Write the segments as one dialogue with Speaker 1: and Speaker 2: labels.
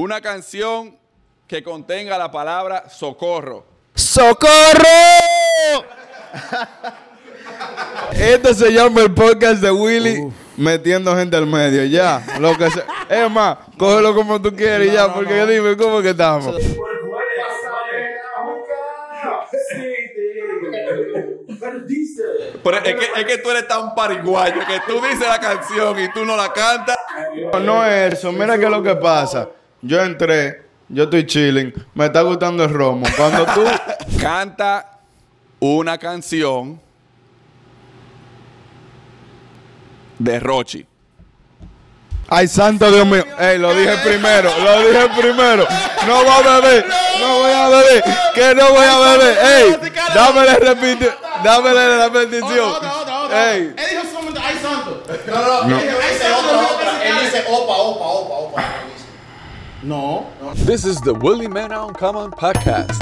Speaker 1: una canción que contenga la palabra socorro.
Speaker 2: ¡Socorro!
Speaker 3: Este se llama el podcast de Willy metiendo gente al medio. Ya, lo que sea. Es más, cógelo como tú quieres ya, porque dime cómo que estamos.
Speaker 1: Pero es que, es que tú eres tan pariguayo que tú dices la canción y tú no la cantas.
Speaker 3: No, no es eso, mira qué es lo que pasa. Yo entré, yo estoy chilling, me está gustando el romo. Cuando tú.
Speaker 1: Canta una canción de Rochi.
Speaker 3: Ay, santo Dios mío. Ey, lo dije primero, lo dije primero. No va a beber, no voy a beber, que no voy a beber. Ey, dámele repite, dámele la bendición.
Speaker 4: Otra, otra, otra.
Speaker 3: Ey,
Speaker 4: Él dijo solamente ay santo.
Speaker 5: No, no, él dice otra, otra. Él dice opa, opa, opa, opa.
Speaker 4: No.
Speaker 6: This is the Willy Man on Common podcast.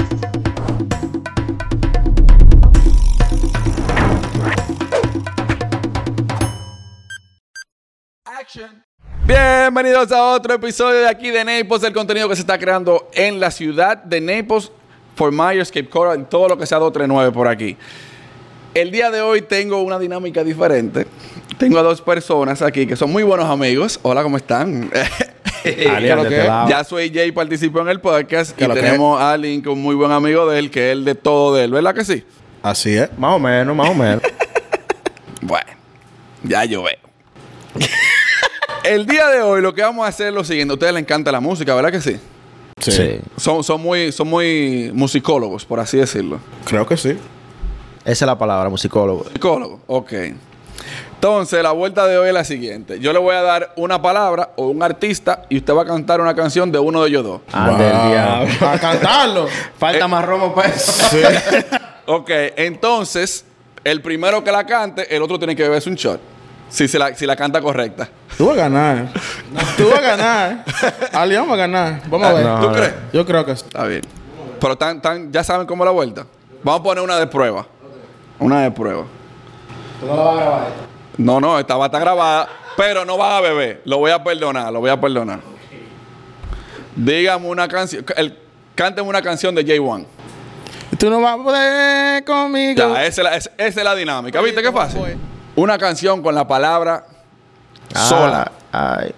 Speaker 1: Bienvenidos a otro episodio de aquí de Naples, el contenido que se está creando en la ciudad de Naples, Fort Myers, Cape Coral, en todo lo que sea 239 por aquí. El día de hoy tengo una dinámica diferente. Tengo a dos personas aquí que son muy buenos amigos. Hola, ¿cómo están? Eh,
Speaker 2: ¿Qué lo que es?
Speaker 1: ya soy Jay, participó en el podcast y
Speaker 3: lo que este es?
Speaker 1: tenemos a Lincoln, muy buen amigo de él, que es el de todo de él, ¿verdad que sí?
Speaker 3: así es, más o menos, más o menos.
Speaker 1: Bueno, ya yo veo. El día de hoy lo que vamos a hacer es lo siguiente. A ustedes les encanta la música, ¿verdad que sí?
Speaker 3: Sí,
Speaker 2: Sí.
Speaker 1: Son, son, muy, son muy musicólogos, por así decirlo.
Speaker 3: creo que sí.
Speaker 2: Esa es la palabra, musicólogo.
Speaker 1: Musicólogos, ok. Entonces, la vuelta de hoy es la siguiente. Yo le voy a dar una palabra o un artista y usted va a cantar una canción de uno de ellos dos.
Speaker 2: Ande el Ah, diablo.
Speaker 4: Para cantarlo. Falta más romo para eso.
Speaker 1: Ok, entonces, el primero que la cante, el otro tiene que beberse un shot. Si, se la, si la canta correcta.
Speaker 3: Tú vas a ganar.
Speaker 4: Tú vas a ganar.
Speaker 3: Ali, vamos a ganar.
Speaker 4: Vamos a ver.
Speaker 1: ¿Tú crees?
Speaker 4: Yo creo que sí.
Speaker 1: Está bien. Pero tan, tan, ya saben cómo es la vuelta. Vamos a poner una de prueba. Una de prueba. no No, no, esta va a estar grabada, pero no van a beber. Lo voy a perdonar, lo voy a perdonar. Dígame una canción. Cánteme una canción de J1.
Speaker 4: Tú no vas a poder conmigo.
Speaker 1: Ya, esa es la, esa- esa es la dinámica. ¿Viste qué fácil? Una canción con la palabra
Speaker 2: Ah,
Speaker 1: sola.
Speaker 2: Ay.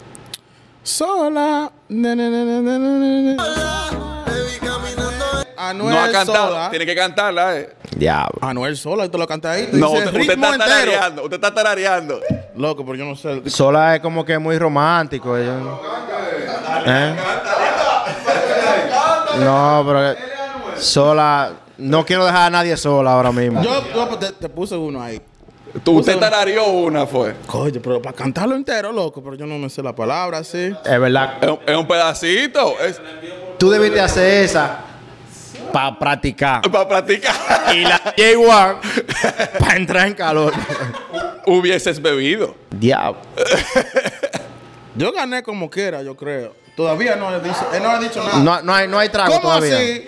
Speaker 4: Sola. Na, na, na, na, na, na, na. Anuel
Speaker 1: No ha cantado.
Speaker 4: sola.
Speaker 1: Tiene que cantarla. eh.
Speaker 2: Diablo.
Speaker 4: Anuel sola y tú lo cantas ahí. Tú
Speaker 1: No,
Speaker 4: dices
Speaker 1: usted, usted
Speaker 4: ritmo
Speaker 1: está
Speaker 4: entero.
Speaker 1: tarareando. Usted está tarareando.
Speaker 4: Loco, pero yo no sé.
Speaker 2: Sola es como que muy romántico. yo- ¿Eh? No, pero sola. No quiero dejar a nadie sola ahora mismo.
Speaker 4: Yo, yo pues, te, te puse uno ahí.
Speaker 1: Tú- usted tarareó una, fue.
Speaker 4: Coño, pero para cantarlo entero, loco. Pero yo no me sé la palabra, sí.
Speaker 2: Es verdad.
Speaker 1: Es un, es un pedacito. Es
Speaker 2: Tú debiste hacer esa para practicar.
Speaker 1: para practicar.
Speaker 2: Y la J1 para entrar en calor.
Speaker 1: Hubieses bebido.
Speaker 2: Diablo.
Speaker 4: Yo gané como quiera, yo creo. Todavía no le dice, él no le ha dicho nada.
Speaker 2: No, no hay, no hay trago
Speaker 4: ¿Cómo
Speaker 2: todavía.
Speaker 4: así?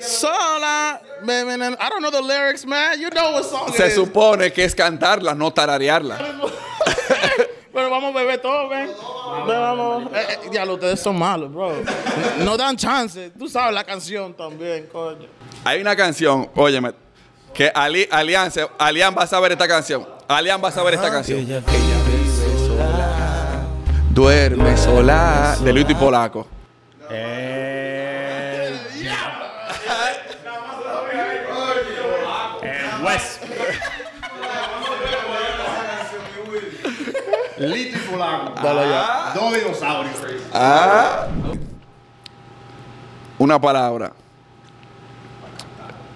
Speaker 4: Sola, baby, na- I don't know the lyrics, man. You know what song it
Speaker 1: Se
Speaker 4: is.
Speaker 1: supone que es cantarla, no tararearla.
Speaker 4: Pero vamos a beber todo, ven. Ven, vamos. Eh, eh, diablo, ustedes son malos, bro. No- No dan chance. Tú sabes la canción también, coño.
Speaker 1: Hay una canción, óyeme, que Ali, Alian, se- Alian va a saber esta canción. Alian va a saber esta canción. duerme sola. De Luis y Polaco.
Speaker 5: Eh, Lito y fulano.
Speaker 1: Ah.
Speaker 5: Dos dinosaurios.
Speaker 1: Una palabra.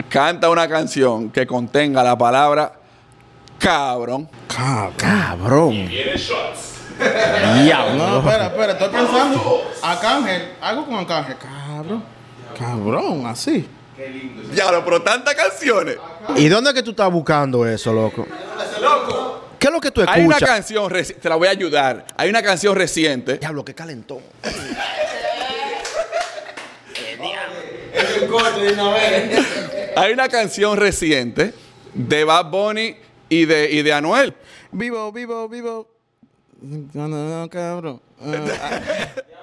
Speaker 1: Canta una canción que contenga la palabra cabrón.
Speaker 2: Cabrón. Diablo.
Speaker 4: No, espera, espera. Estoy pensando. Arcángel. Algo con Arcángel. Cabrón. Cabrón, así.
Speaker 1: Ya, pero tantas canciones.
Speaker 2: ¿Y dónde es que tú estás buscando eso, loco? ¿Qué es lo que tú
Speaker 1: Hay una
Speaker 2: escuchas?
Speaker 1: canción, reci- te la voy a ayudar. Hay una canción reciente
Speaker 2: Diablo, qué calentón.
Speaker 1: Hay una canción reciente de Bad Bunny y de, y de Anuel.
Speaker 4: Vivo, vivo, vivo. No, no, no, cabrón. Ah,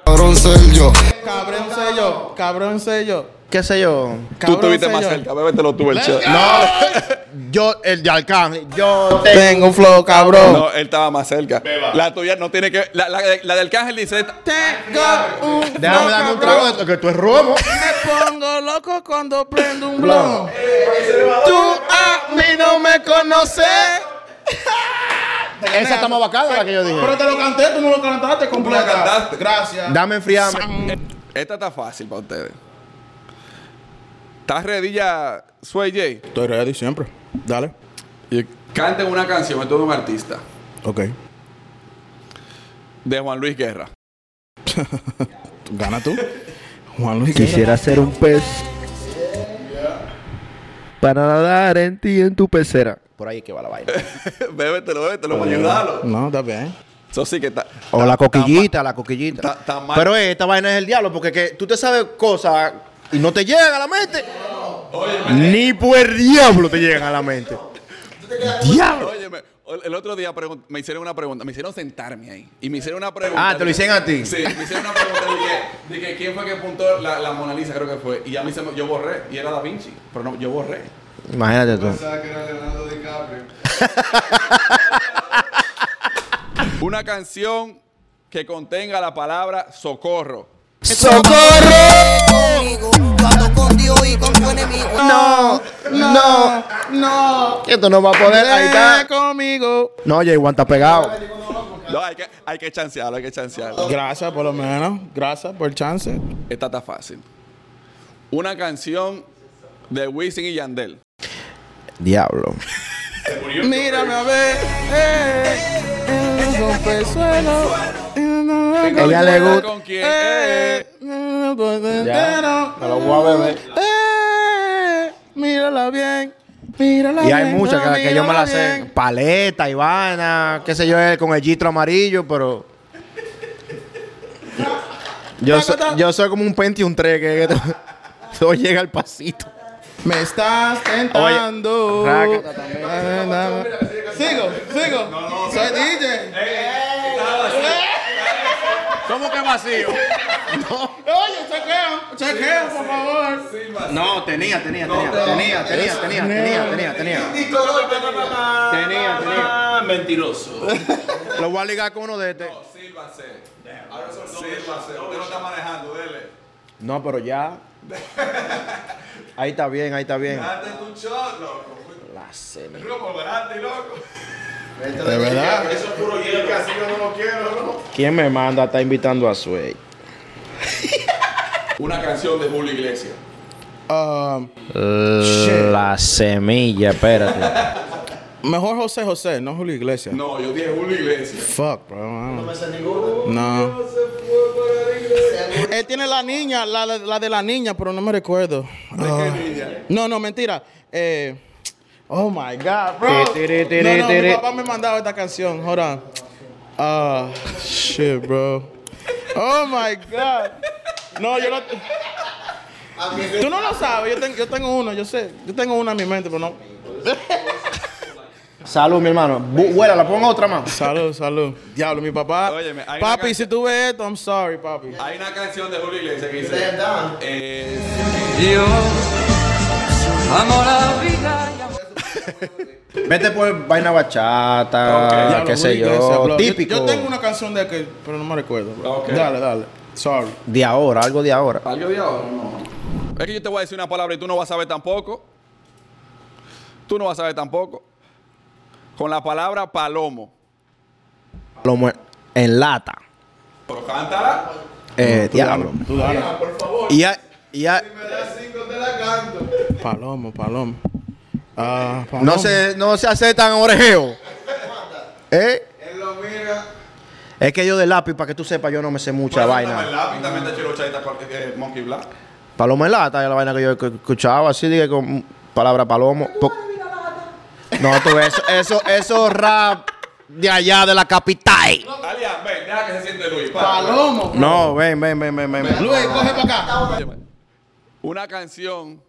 Speaker 7: Cabrón ser yo.
Speaker 4: ah, cabrón sé yo, cabrón sé yo.
Speaker 2: ¿Qué sé yo?
Speaker 1: Tú
Speaker 4: cabrón
Speaker 1: estuviste
Speaker 4: sé
Speaker 1: más
Speaker 4: yo.
Speaker 1: cerca, bébetelo tú el shot.
Speaker 2: Yo, el de Arcángel. Yo te-
Speaker 4: Tengo un flow,
Speaker 2: Oh.
Speaker 4: cabrón.
Speaker 1: No, él estaba más cerca. La tuya no tiene que. La, la, la del cángel dice.
Speaker 4: Tengo un flow,
Speaker 2: Déjame darme un trago de esto, que tú es romo.
Speaker 4: Me pongo loco cuando prendo un blon. Tú a mí no me conoces.
Speaker 2: Esa está más bacana la que yo dije.
Speaker 4: Pero te lo canté, tú no lo cantaste completa.
Speaker 1: cantaste.
Speaker 4: Gracias.
Speaker 2: Dame enfriarme.
Speaker 1: Esta está fácil para ustedes. ¿Estás ready ya, Sway J?
Speaker 4: Estoy ready siempre. Dale.
Speaker 1: Canten una canción, esto de un artista.
Speaker 4: Ok.
Speaker 1: De Juan Luis Guerra.
Speaker 4: Gana tú. Juan Luis
Speaker 8: Quisiera ser un pez para nadar en ti en tu pecera.
Speaker 2: Por ahí que va la vaina.
Speaker 1: bébetelo, bébetelo, para ayudarlo.
Speaker 4: No, está bien.
Speaker 1: Eso sí que está.
Speaker 2: O la coquillita, la coquillita.
Speaker 1: Está- está mal.
Speaker 2: Pero eh, esta vaina es el diablo, porque que tú te sabes cosas y no te llegan a la mente. Ni por el diablo te llegan a la mente. ¡Diablo!
Speaker 1: Óyeme, el- el otro día pregun- me hicieron una pregunta, me hicieron sentarme ahí y me hicieron una pregunta.
Speaker 2: Ah, te lo hicieron a ti.
Speaker 1: Sí, me hicieron una pregunta de que, de que quién fue que apuntó la, la Mona Lisa, creo que fue. Y ya me hicieron, yo borré, y era Da Vinci, pero no, yo borré.
Speaker 2: Imagínate tú.
Speaker 1: Una canción que contenga la palabra socorro.
Speaker 9: Cuando con Dios y con tu enemigo.
Speaker 2: No, no, no. Esto no va a poder. Ahí está.
Speaker 4: conmigo.
Speaker 2: No, Jay Juan está pegado.
Speaker 1: No, hay que, hay que chancearlo, hay que chancearlo.
Speaker 4: Gracias por lo menos. Gracias por el chance.
Speaker 1: Esta está fácil. Una canción de Wisin y Yandel.
Speaker 2: Diablo.
Speaker 4: Mírame a ver. Eh, eh, rompe el suelo. Eh, no, no, no,
Speaker 2: Ella
Speaker 4: no,
Speaker 2: le
Speaker 4: no,
Speaker 2: gusta.
Speaker 1: ¿Con quién?
Speaker 4: Eh,
Speaker 1: Eh.
Speaker 4: no, no, no, no,
Speaker 2: Ya,
Speaker 4: no,
Speaker 2: me lo voy a beber.
Speaker 4: Eh, mírala bien. Mírala
Speaker 2: Y
Speaker 4: bien.
Speaker 2: hay muchas que, que yo me
Speaker 4: mírala
Speaker 2: las sé.
Speaker 4: bien.
Speaker 2: Paleta, Ivana, qué sé yo, él con el gistro amarillo, pero. Yo, so- yo soy como un Pentium 3 que, que to- todo llega al pasito.
Speaker 4: Me estás tentando.
Speaker 2: raca.
Speaker 4: Eh, no. Sigo, sigo. Soy DJ.
Speaker 1: ¿Cómo que vacío?
Speaker 4: Oye, chequeo, chequeo, por favor.
Speaker 5: No, tenía, tenía, tenía, tenía, tenía, tenía, tenía, tenía, tenía. Tenía, tenía. Mentiroso.
Speaker 2: Lo voy a ligar con uno de este.
Speaker 1: Sírvase. Ahora son Sírvase. Usted lo está manejando, dele.
Speaker 2: No, pero ya. Ahí está bien, ahí está bien.
Speaker 1: Date tu shot, loco.
Speaker 2: La cena.
Speaker 1: Como grande, loco.
Speaker 2: De verdad.
Speaker 5: Eso es puro hielo. Así yo no lo quiero, ¿no?
Speaker 2: ¿Quién me manda? Está invitando a Sway.
Speaker 1: Una canción de Julio Iglesias.
Speaker 4: Um,
Speaker 2: La semilla, espérate.
Speaker 4: mejor José José, no Julio Iglesias.
Speaker 1: No, yo dije Julio Iglesias.
Speaker 4: Fuck, bro. No me sé ninguna. No. Él tiene la niña, la, la- la de la niña, pero no me recuerdo. Ah. No, no, mentira. Eh, oh my God, bro.
Speaker 2: Ti, ti, ti,
Speaker 4: No, no,
Speaker 2: ti,
Speaker 4: mi
Speaker 2: ti.
Speaker 4: papá me mandaba esta canción. Hold on. Ah, shit, bro. Oh my God. No, yo no. Tú no lo sabes. Yo, tengo- yo tengo uno, yo sé. Yo tengo una en mi mente, pero no.
Speaker 2: Salud, mi hermano. Bu- Vuela, la pongo otra más.
Speaker 4: Salud, salud. Diablo, mi papá.
Speaker 1: Óyeme, hay una
Speaker 4: papi,
Speaker 1: can-
Speaker 4: si tú ves esto, I'm sorry, papi.
Speaker 1: Hay una canción de Julio Iglesias que dice.
Speaker 5: Verdad.
Speaker 1: eh,
Speaker 2: Vete por vaina bachata,
Speaker 4: Diablo,
Speaker 2: Ah, qué sé
Speaker 4: Julio Iglesias,
Speaker 2: yo,
Speaker 4: bro.
Speaker 2: típico.
Speaker 4: Yo, tengo una canción de que, pero no me recuerdo. bro.
Speaker 1: Ok.
Speaker 4: Dale, dale. Sorry.
Speaker 2: De ahora, algo de ahora.
Speaker 1: ¿Algo de ahora? No. Es que yo te voy a decir una palabra y tú no vas a saber tampoco. Tú no vas a saber tampoco. Con la palabra palomo.
Speaker 2: Lo mu- en lata.
Speaker 1: Pero cántala.
Speaker 2: Eh, diablo.
Speaker 4: Tú dale.
Speaker 2: Y ya, y ya-
Speaker 4: Palomo, palomo. Ah, palomo.
Speaker 2: no se, no se aceptan orejeo. ¿Eh? Es que yo de lápiz, para que tú sepas, yo no me sé mucha vaina.
Speaker 1: lápiz, también está Chelo Chaita, cual- eh, Monkey Black.
Speaker 2: Paloma en lata era la vaina que yo escu- escuchaba, así dije con palabra palomo. Po- No, tú, eso, eso, eso rap de allá de la capital.
Speaker 1: Alian, ven, deja que se siente Luis. para.
Speaker 4: Palomo.
Speaker 2: No, ven, ven, ven, ven, ven.
Speaker 4: Luis, coge para acá.
Speaker 1: Óyeme, Una canción.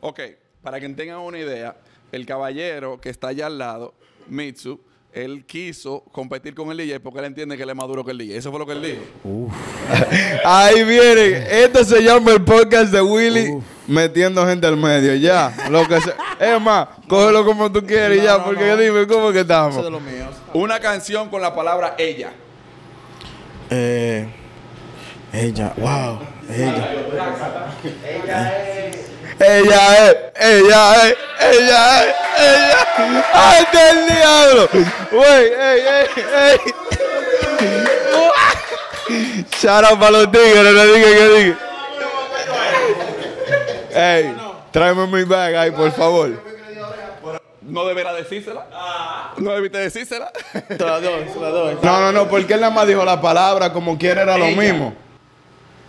Speaker 1: Ok, para que tengan una idea, el caballero que está allá al lado, Mitsu, él quiso competir con el DJ porque él entiende que él es más duro que el DJ. Eso fue lo que él dijo.
Speaker 3: Ahí vienen. Esto se llama el podcast de Willy metiendo gente al medio. Ya. Lo que se... Es más, cógelo como tú quieres y
Speaker 4: No,
Speaker 3: ya.
Speaker 4: no,
Speaker 3: porque
Speaker 4: no.
Speaker 3: dime, ¿cómo que
Speaker 4: Eso es de
Speaker 3: estamos?
Speaker 4: los míos.
Speaker 1: Una canción con la palabra ella.
Speaker 4: Eh, ella, wow, ella.
Speaker 3: Ella es, ella es, ella es, ella ¡Ay, del diablo! Güey, ey, ey, ey. Shout out para los tigres, no diga que diga. Ey, tráeme mi bag ahí, por favor.
Speaker 1: No deberá decírsela.
Speaker 4: Ah.
Speaker 1: No debiste decírsela.
Speaker 4: Te la doy, te la doy.
Speaker 3: No, no, no, porque él nada más dijo la palabra como quiera era lo mismo.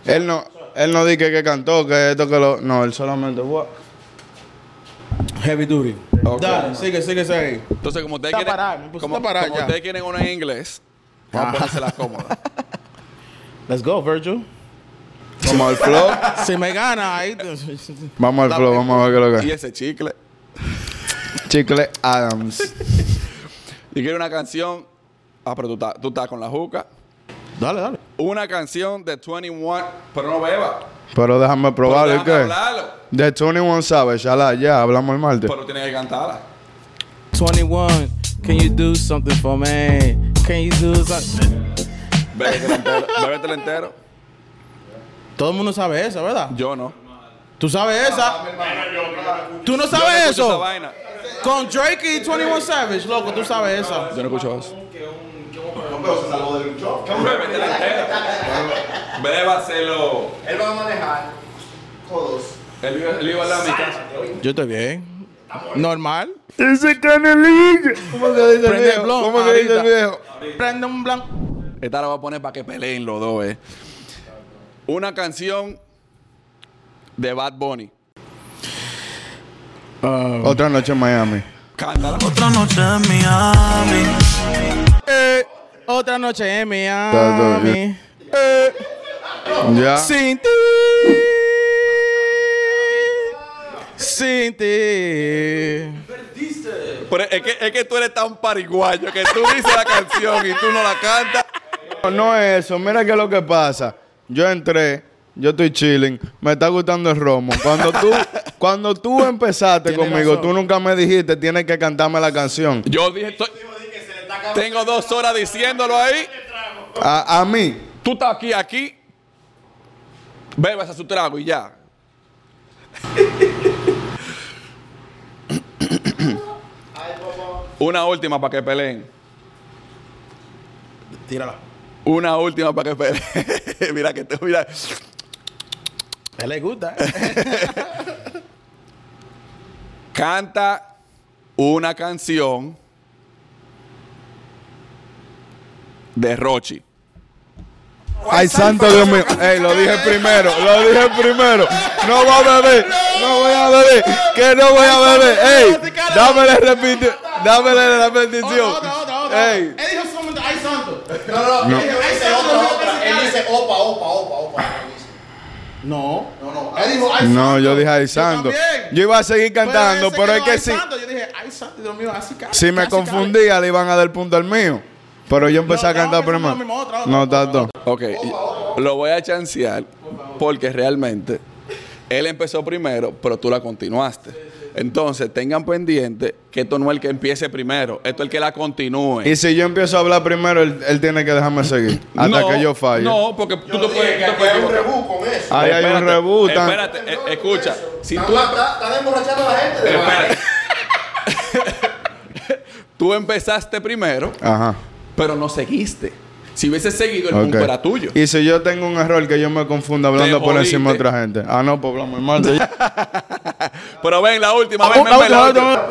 Speaker 3: Él no, él no dijo que, que cantó, que esto que lo. No, él solamente. fue-
Speaker 4: Heavy duty. Dale, sigue, sigue, sigue.
Speaker 1: Entonces, como ustedes
Speaker 4: Está
Speaker 1: quieren.
Speaker 4: parado, me puse
Speaker 1: como,
Speaker 4: a parar
Speaker 1: como
Speaker 4: ya. Ah.
Speaker 1: ustedes quieren una en inglés, vamos a ponérsela cómoda.
Speaker 4: Let's go, Virgil.
Speaker 3: Vamos al flow.
Speaker 4: Si me gana, ahí.
Speaker 3: Vamos al flow, vamos a ver qué es lo que es.
Speaker 1: y ese chicle.
Speaker 3: Chicle Adams.
Speaker 1: Y quiero una canción. Ah, pero tú estás, tú estás con la juca.
Speaker 4: Dale, dale.
Speaker 1: Una canción de 21. Pero no beba.
Speaker 3: Pero déjame
Speaker 1: Pero
Speaker 3: probarlo, ¿y
Speaker 1: déjame
Speaker 3: qué?
Speaker 1: hablarlo.
Speaker 3: De 21 Savage, ala, ya, hablamos el martes.
Speaker 1: Pero tienes que cantarla.
Speaker 4: 21, can you do something for me? Can you do something?
Speaker 1: Bébetela entero. Bébetela entero.
Speaker 4: Todo el mundo sabe esa, ¿verdad?
Speaker 1: Yo no.
Speaker 4: ¿Tú sabes esa?
Speaker 1: Ah, Yo
Speaker 4: ¿Tú no
Speaker 1: no
Speaker 4: sabes
Speaker 1: escucho esa
Speaker 4: eso?
Speaker 1: vaina.
Speaker 4: Con Drake y 21 Savage, loco, tú sabes esa.
Speaker 1: Yo no escucho eso. Bébetela entera. Bébaselo.
Speaker 5: Él va a manejar. Todos.
Speaker 1: Él iba, él iba a la mitad.
Speaker 4: Yo estoy bien. Normal.
Speaker 2: Ese canelillo.
Speaker 3: ¿Cómo que dice
Speaker 4: Prende el blon
Speaker 3: ¿Cómo que dice el
Speaker 4: ahorita.
Speaker 3: viejo?
Speaker 4: Prende un blanco.
Speaker 1: Esta la voy a poner para que peleen los dos, eh. Una canción de Bad Bunny.
Speaker 3: Otra noche en Miami.
Speaker 1: Cántala.
Speaker 9: Otra noche en Miami.
Speaker 4: Eh, otra noche eh, en
Speaker 3: todo
Speaker 4: Miami.
Speaker 3: bien.
Speaker 4: Eh,
Speaker 3: Ya.
Speaker 4: sin ti. Sin ti.
Speaker 1: Pero es que, es que tú eres tan pariguayo que tú dices la canción y tú no la cantas.
Speaker 3: No, no es eso, mira qué es lo que pasa. Yo entré, yo estoy chilling, me está gustando el romo. Cuando tú, cuando tú empezaste
Speaker 4: Tienes
Speaker 3: conmigo,
Speaker 4: razón.
Speaker 3: tú nunca me dijiste, tienes que cantarme la canción.
Speaker 1: Yo dije, estoy- tengo dos horas diciéndolo ahí.
Speaker 3: A, a mí,
Speaker 1: Tú estás aquí, aquí. Bebas a su trago y ya. Una última para que peleen.
Speaker 4: Tírala.
Speaker 1: Una última para que peleen. mira que te mira.
Speaker 4: A él le gusta. eh.
Speaker 1: Canta una canción de Rochi.
Speaker 4: Pues
Speaker 3: ay santo Dios mío. Ey, lo dije primero, lo dije primero. No voy a beber, no voy a beber, que no voy a beber. Ey, dámele repite, dámele la bendición.
Speaker 4: Otra, otra, otra.
Speaker 3: Ey,
Speaker 4: Él dijo solamente ay santo.
Speaker 5: No, no, no. Él dice otra, otra. Él dice opa, opa, opa, opa.
Speaker 4: No.
Speaker 5: No, no. Él dijo ay.
Speaker 3: no, yo dije ay santo.
Speaker 4: también.
Speaker 3: Yo iba a seguir cantando,
Speaker 4: ese
Speaker 3: pero es
Speaker 4: quedó,
Speaker 3: que
Speaker 4: "Ay,
Speaker 3: sí.
Speaker 4: santo". Yo dije, ay santo, Dios mío, así que.
Speaker 3: Si me
Speaker 4: casi cabe.
Speaker 3: confundía, le iban a dar punto al mío. Pero yo empecé
Speaker 4: No,
Speaker 3: a cantar
Speaker 4: no, no,
Speaker 3: primero.
Speaker 4: no, no, otra, otra,
Speaker 3: No,
Speaker 4: otra,
Speaker 3: tanto.
Speaker 1: Ok, lo voy a chancear porque realmente él empezó primero, pero tú la continuaste. Entonces, tengan pendiente que esto no es el que empiece primero, esto es el que la continúe.
Speaker 3: Y si yo empiezo a hablar primero, él, él tiene que dejarme seguir. Hasta
Speaker 1: No,
Speaker 3: que yo falle.
Speaker 1: No, porque tú te puedes. tú te puedes
Speaker 5: hay un
Speaker 1: equivocar.
Speaker 5: rebú con eso.
Speaker 3: Ahí hay un
Speaker 1: Espérate,
Speaker 3: reboot.
Speaker 1: Espérate, eh, escucha. Si tú,
Speaker 5: Están emborrachando a la gente. de
Speaker 1: espérate. tú empezaste primero,
Speaker 3: Ajá.
Speaker 1: pero no seguiste. Si hubieses seguido, el punto
Speaker 3: ok.
Speaker 1: era tuyo.
Speaker 3: Y si yo tengo un error que yo me confunda hablando por
Speaker 1: jodiste.
Speaker 3: encima de otra gente. Ah, no, pues hablamos mal.
Speaker 1: Pero ven, la
Speaker 3: Ah,
Speaker 1: última, ven, ven, ven, la última.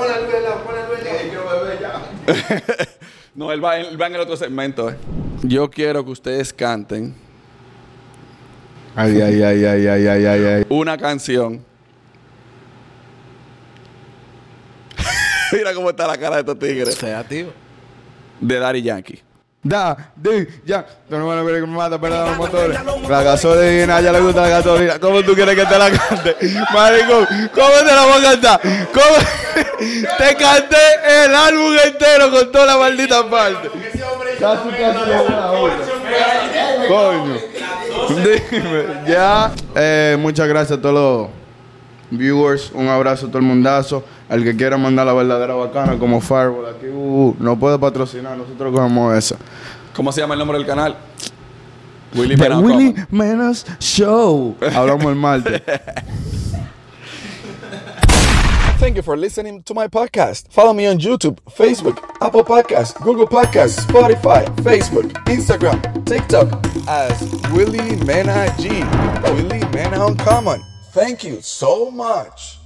Speaker 1: No, él va, él va en el otro segmento. eh. Yo quiero que ustedes canten
Speaker 3: Ay, ay, ay, ay, ay, ay, ay, ay.
Speaker 1: una canción. Mira cómo está la cara de estos tigres.
Speaker 4: Sea, tío.
Speaker 1: De Daddy Yankee.
Speaker 3: Da, di, ya. Tu hermano quiere que me mata, perdón, los motores. La gasolina, ya le gusta la gasolina. ¿Cómo tú quieres que te la cante? Maricón, ¿cómo te la voy a cantar? ¿Cómo? te canté el álbum entero con toda la maldita parte. Casi, casi una hora. Coño. Dime, ya. Eh, muchas gracias a todos los viewers. Un abrazo a todo el mundazo. Al que quiera mandar la verdadera bacana como Firewall, aquí uh, no puede patrocinar. Nosotros cogemos esa.
Speaker 10: ¿Cómo se llama el nombre del canal? Willy
Speaker 3: The
Speaker 10: Menon
Speaker 3: Willy
Speaker 10: Common.
Speaker 3: Menos Show. Hablamos el martes.
Speaker 1: Thank you for listening to my podcast. Follow me on YouTube, Facebook, Apple Podcasts, Google Podcasts, Spotify, Facebook, Instagram, TikTok as Willie Mena G. Willie Mena Uncommon. Thank you so much.